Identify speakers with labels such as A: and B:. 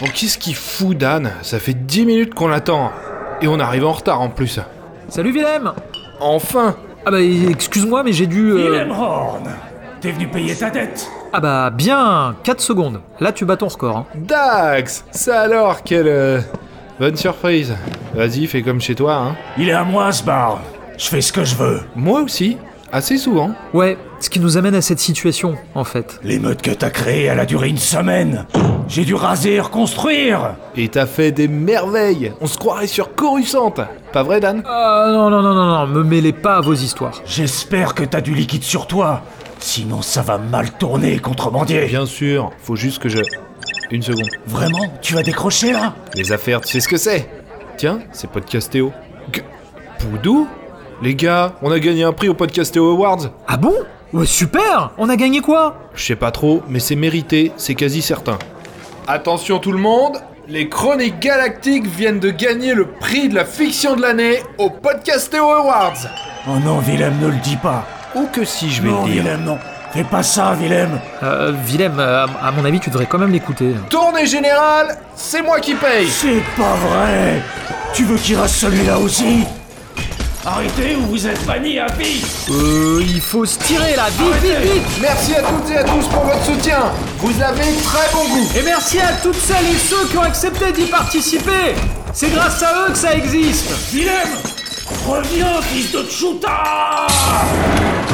A: Bon, qu'est-ce qu'il fout, Dan Ça fait 10 minutes qu'on l'attend. Et on arrive en retard en plus.
B: Salut Willem
A: Enfin
B: Ah bah excuse-moi mais j'ai dû... euh,
C: Willem Horn T'es venu payer ta dette
B: Ah bah bien 4 secondes. Là tu bats ton record. hein.
A: Dax Ça alors, quelle. euh, Bonne surprise. Vas-y, fais comme chez toi, hein.
C: Il est à moi ce bar Je fais ce que je veux
A: Moi aussi, assez souvent.
B: Ouais, ce qui nous amène à cette situation en fait.
C: L'émeute que t'as créée, elle a duré une semaine J'ai dû raser et reconstruire
A: Et t'as fait des merveilles On se croirait sur Coruscant Pas vrai, Dan
B: Ah non non non non non, me mêlez pas à vos histoires.
C: J'espère que t'as du liquide sur toi Sinon ça va mal tourner, contrebandier
A: Bien sûr, faut juste que je. Une seconde.
C: Vraiment Tu vas décrocher là
A: Les affaires, tu sais ce que c'est Tiens, c'est Podcastéo. Que... Poudou Les gars, on a gagné un prix au Podcastéo Awards
B: Ah bon Ouais super On a gagné quoi
A: Je sais pas trop, mais c'est mérité, c'est quasi certain. Attention tout le monde, les Chroniques Galactiques viennent de gagner le prix de la fiction de l'année au Podcastéo Awards
C: Oh non, Willem, ne le dis pas
A: Ou que si je vais
C: Non,
A: le dire.
C: Willem, non Fais pas ça, Willem
B: Euh Willem, euh, à à mon avis tu devrais quand même l'écouter.
A: Tournée générale, c'est moi qui paye
C: C'est pas vrai Tu veux qu'il rase celui-là aussi Arrêtez ou vous êtes banni à vie
B: Euh il faut se tirer là, vite vite vite
A: Merci à toutes et à tous pour votre soutien Vous avez très bon goût
B: Et merci à toutes celles et ceux qui ont accepté d'y participer C'est grâce à eux que ça existe
C: Willem Reviens, fils de Tchouta